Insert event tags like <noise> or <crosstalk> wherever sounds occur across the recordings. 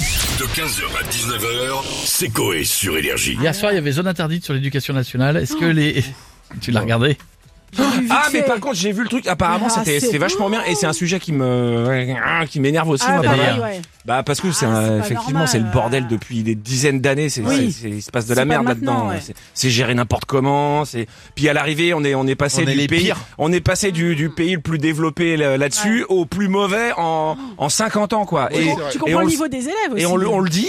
De 15h à 19h, c'est Coé sur Énergie. Hier soir, il y avait zone interdite sur l'éducation nationale. Est-ce que les... Tu l'as regardé Ah mais par contre j'ai vu le truc apparemment Ah, c'était c'est c'était vachement bien et c'est un sujet qui me qui m'énerve aussi moi, pas mal. d'ailleurs. Ah, bah ouais. Ah, bah parce que c'est un- c'est pas effectivement normal, c'est le bordel euh. depuis des dizaines d'années c'est Oui. c'est- c'est- il se passe de C'est la pas merde maintenant, là-dedans ouais. C'est- c'est géré n'importe comment c'est puis à l'arrivée on est on est passé On est du les pays pires. on est passé du, du pays le plus développé là- là-dessus au plus mauvais en en 50 ans quoi Tu et, com- tu et on comprends le le- niveau des élèves aussi. et on le on le dit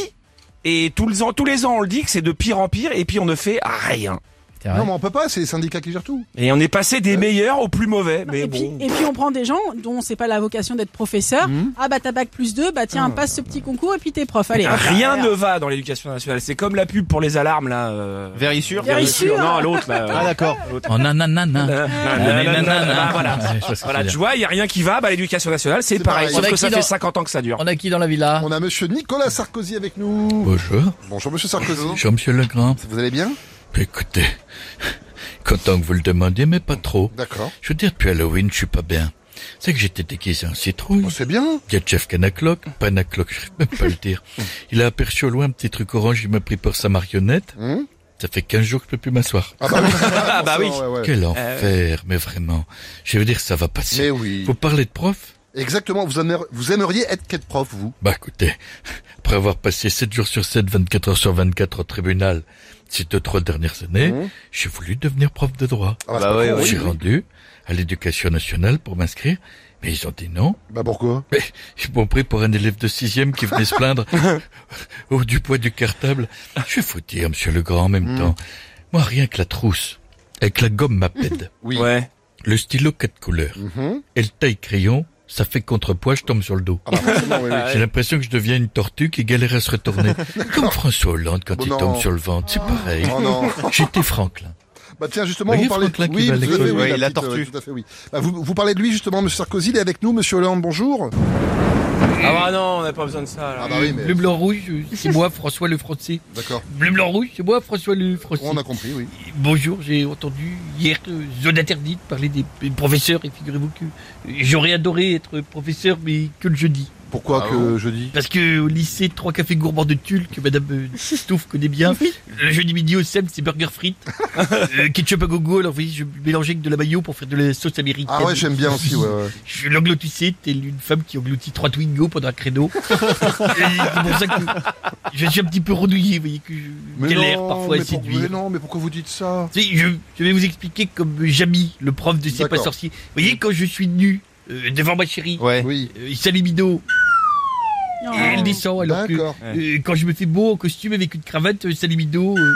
et tous les ans tous les ans on le dit que c'est de pire en pire et puis on ne fait rien C'est vrai. Non, mais on peut pas, c'est les syndicats qui gèrent tout. et on est passé des meilleurs aux plus mauvais mais et, bon Hmm. puis, et puis on prend des gens dont c'est pas la vocation d'être professeur. Ah bah t'as bac plus 2, bah tiens, passe ce petit concours et puis t'es prof. Allez. hop, Ah. Rien voilà. ne va dans l'éducation nationale. C'est comme la pub pour les alarmes là. euh, Vérissure Vérissure. Non, l'autre là. Ah d'accord. Oh, nanana. Ah, Euh, Nanana. bah, voilà. Ouais, je vois ce que Voilà, tu veux tu dire. vois, il y a rien qui va. Bah l'éducation nationale, c'est C'est pareil. pareil. Sauf On a que qui ça dans- fait 50 ans que ça dure. On a qui dans la villa On a monsieur Nicolas Sarkozy avec nous. Ah. Bonjour. Bonjour monsieur Sarkozy. Jean-Monsieur Legrand. Vous allez bien Écoutez, content que vous le demandiez, mais pas trop. D'accord. Je veux dire, depuis Halloween, je suis pas bien. C'est que j'étais déguisé en citrouille. Bon, Oh, c'est bien. Il y a Jeff Canaclock, Panaclock, je sais même pas le <laughs> dire. Il a aperçu au loin un petit truc orange, il m'a pris pour sa marionnette. Hum Ça fait 15 jours que je peux plus m'asseoir. Ah <laughs> bah, oui. Ah bah oui. Ouais, ouais. Euh, Quel enfer, mais vraiment. Je veux dire, ça va Mais passer. oui. Vous parlez de prof Exactement, vous, aimer- vous aimeriez être quel prof, vous Bah écoutez, après avoir passé 7 jours sur 7, 24 heures sur 24 au tribunal ces deux, trois dernières années, j'ai voulu devenir prof de droit. ah, c'est Bah pas ouais, con, ouais. Mmh. oui. j'ai rendu à l'éducation nationale pour m'inscrire, mais ils ont dit non. Bah pourquoi Mais ils m'ont pris pour un élève de sixième qui venait se <laughs> plaindre au du poids du cartable. Je vais vous dire, monsieur Legrand, en Mm. même temps, moi rien que la trousse, avec la gomme <laughs> m'appède, Oui. Ouais. le stylo quatre couleurs Mhm. et le taille-crayon, ça fait contrepoids, je tombe sur le dos. Ah bah forcément, oui, oui. J'ai l'impression que je deviens une tortue qui galère à se <laughs> retourner. Comme François Hollande quand Bon, il non. tombe sur le ventre, c'est pareil. Oh non. J'étais Franklin. Bah tiens, justement, Voyez vous parlez... Franklin qui oui, va à vous l'école. avez- oui, Ouais, la petite, tortue. ouais, tout à fait, oui. Bah, vous, vous parlez de lui, justement, monsieur Sarkozy, il est avec nous, monsieur Hollande, bonjour. Ah bah non, on n'a pas besoin de ça. là. Ah bah oui, mais... Bleu, blanc, rouge, c'est moi, François le Français. D'accord, Bleu, blanc, rouge, c'est moi, François le Français. on a compris, oui. Bonjour, j'ai entendu hier euh, Zone Interdite parler des des professeurs et figurez-vous que euh, j'aurais adoré être professeur mais que le jeudi. Pourquoi Ah que bon je dis Parce que au lycée, trois cafés gourmands de Tulle que madame euh, Stouff connaît bien. Le jeudi midi au SEM, c'est burger frites. <laughs> Euh, ketchup à gogo, alors vous voyez, je mélangeais avec de la mayo pour faire de la sauce américaine. Ah ouais, j'aime bien aussi, ouais, ouais. <laughs> Je suis l'anglotissé, t'es une femme qui engloutit trois Twingo pendant un <laughs> créneau. Et c'est pour ça que je suis un petit peu renouillé, vous voyez, que je galère non, parfois à mais, pour- séduire. mais non, mais pourquoi vous dites ça Si, je, je vais vous expliquer comme Jamy, le prof de C'est pas D'accord. sorcier. Vous voyez, quand je suis nu euh, devant ma chérie, Ouais. Oui, euh, il s'allume bido Oh. et Ah, elle descend, Oh, alors que <laughs> d'accord. euh, quand je me fais beau en costume avec une cravate, euh, s'allume bido euh,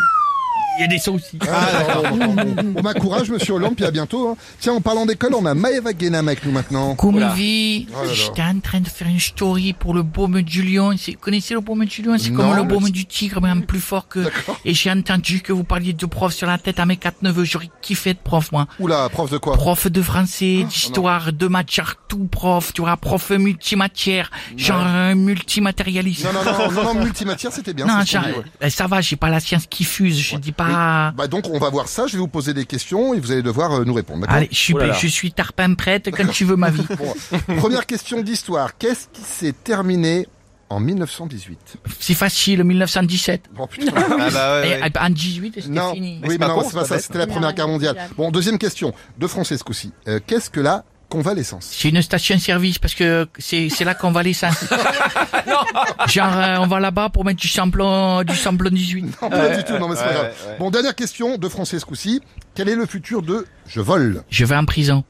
et elle descend aussi. Ah, non, non, non, non. on m'encourage, monsieur Hollande, puis à bientôt. hein. Tiens, en parlant d'école, on a Maëva Guénam avec nous maintenant. Coucou Oula. mes vies. Oh là là. j'étais en train de faire une story pour le baume du lion. C'est- Vous connaissez le baume du lion C'est Non, comme le mais baume c'est- du tigre, mais en plus fort que... Et j'ai entendu que vous parliez de prof sur la tête à mes quatre neveux. J'aurais kiffé de prof, moi. Oula, prof de quoi Prof de Oh, français, d'histoire, de matière, tout prof. Tu vois, prof multimatière, genre euh, multimatérialiste. Non, non, non, non, non, multimatière, c'était bien. Non, c'est ce qu'on genre, dit, ouais. euh, ça va, j'ai pas la science qui fuse. Je dis pas... Bah donc, on va voir ça, je vais vous poser des questions et vous allez devoir euh, nous répondre, d'accord Allez, super, là là. je suis tarpin prête quand tu veux <laughs> ma vie. Bon, Première question d'histoire, qu'est-ce qui s'est terminé en 1918 C'est facile, 1917. Bon, Oh, putain. Ah bah ouais. Et, ouais. euh, en 18, c'était Non, fini. oui, c'est mais pas non, con, c'est c'est pas pas ça, bête. c'était la Première Guerre mondiale. Bon, deuxième question, de français ce coup-ci. Euh, qu'est-ce que la convalescence C'est une station-service parce que c'est c'est là qu'on va les sens. Genre euh, on va là-bas pour mettre du samplon du samplon 18. Non, pas du tout, non, mais c'est ouais, pas grave. ouais, ouais. Bon, dernière question de français ce coup-ci. Quel est le futur de Je vole Je vais en prison.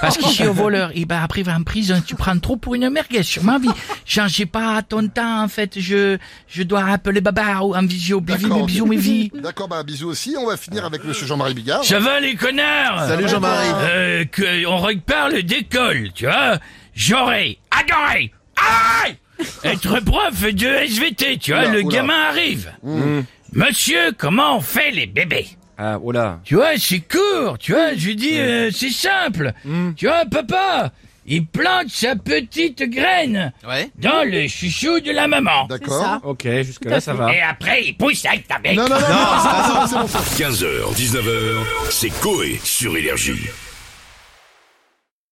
Parce qu'ici au voleur, et ben après va en prison, tu prends trop pour une merguez sur ma vie. Genre j'ai pas ton temps en fait, je je dois appeler Baba ou en visio, bisous D'accord, mes ok. bisous mes vies. D'accord, bah bisous aussi. On va finir avec Monsieur Jean-Marie Bigard. Ça va les connards Salut Jean-Marie. euh, que on reparle d'école, tu vois. J'aurais adoré, <laughs> adoré être prof de SVT, tu vois. Oula, le oula. Mmh. gamin arrive. Monsieur, comment on fait les bébés Ah oh là. Tu vois, c'est court, tu Mmh. vois. Je lui dis, euh, c'est simple. Tu vois, papa, il plante sa petite graine Ouais. dans le chouchou de la maman. C'est ça. D'accord. Ok, jusque là ça Ah. va. Et après, il pousse avec ta bête. Non, non, non, non, c'est bon, c'est bon, c'est bon. 15h, 19h, c'est Coé sur Énergie.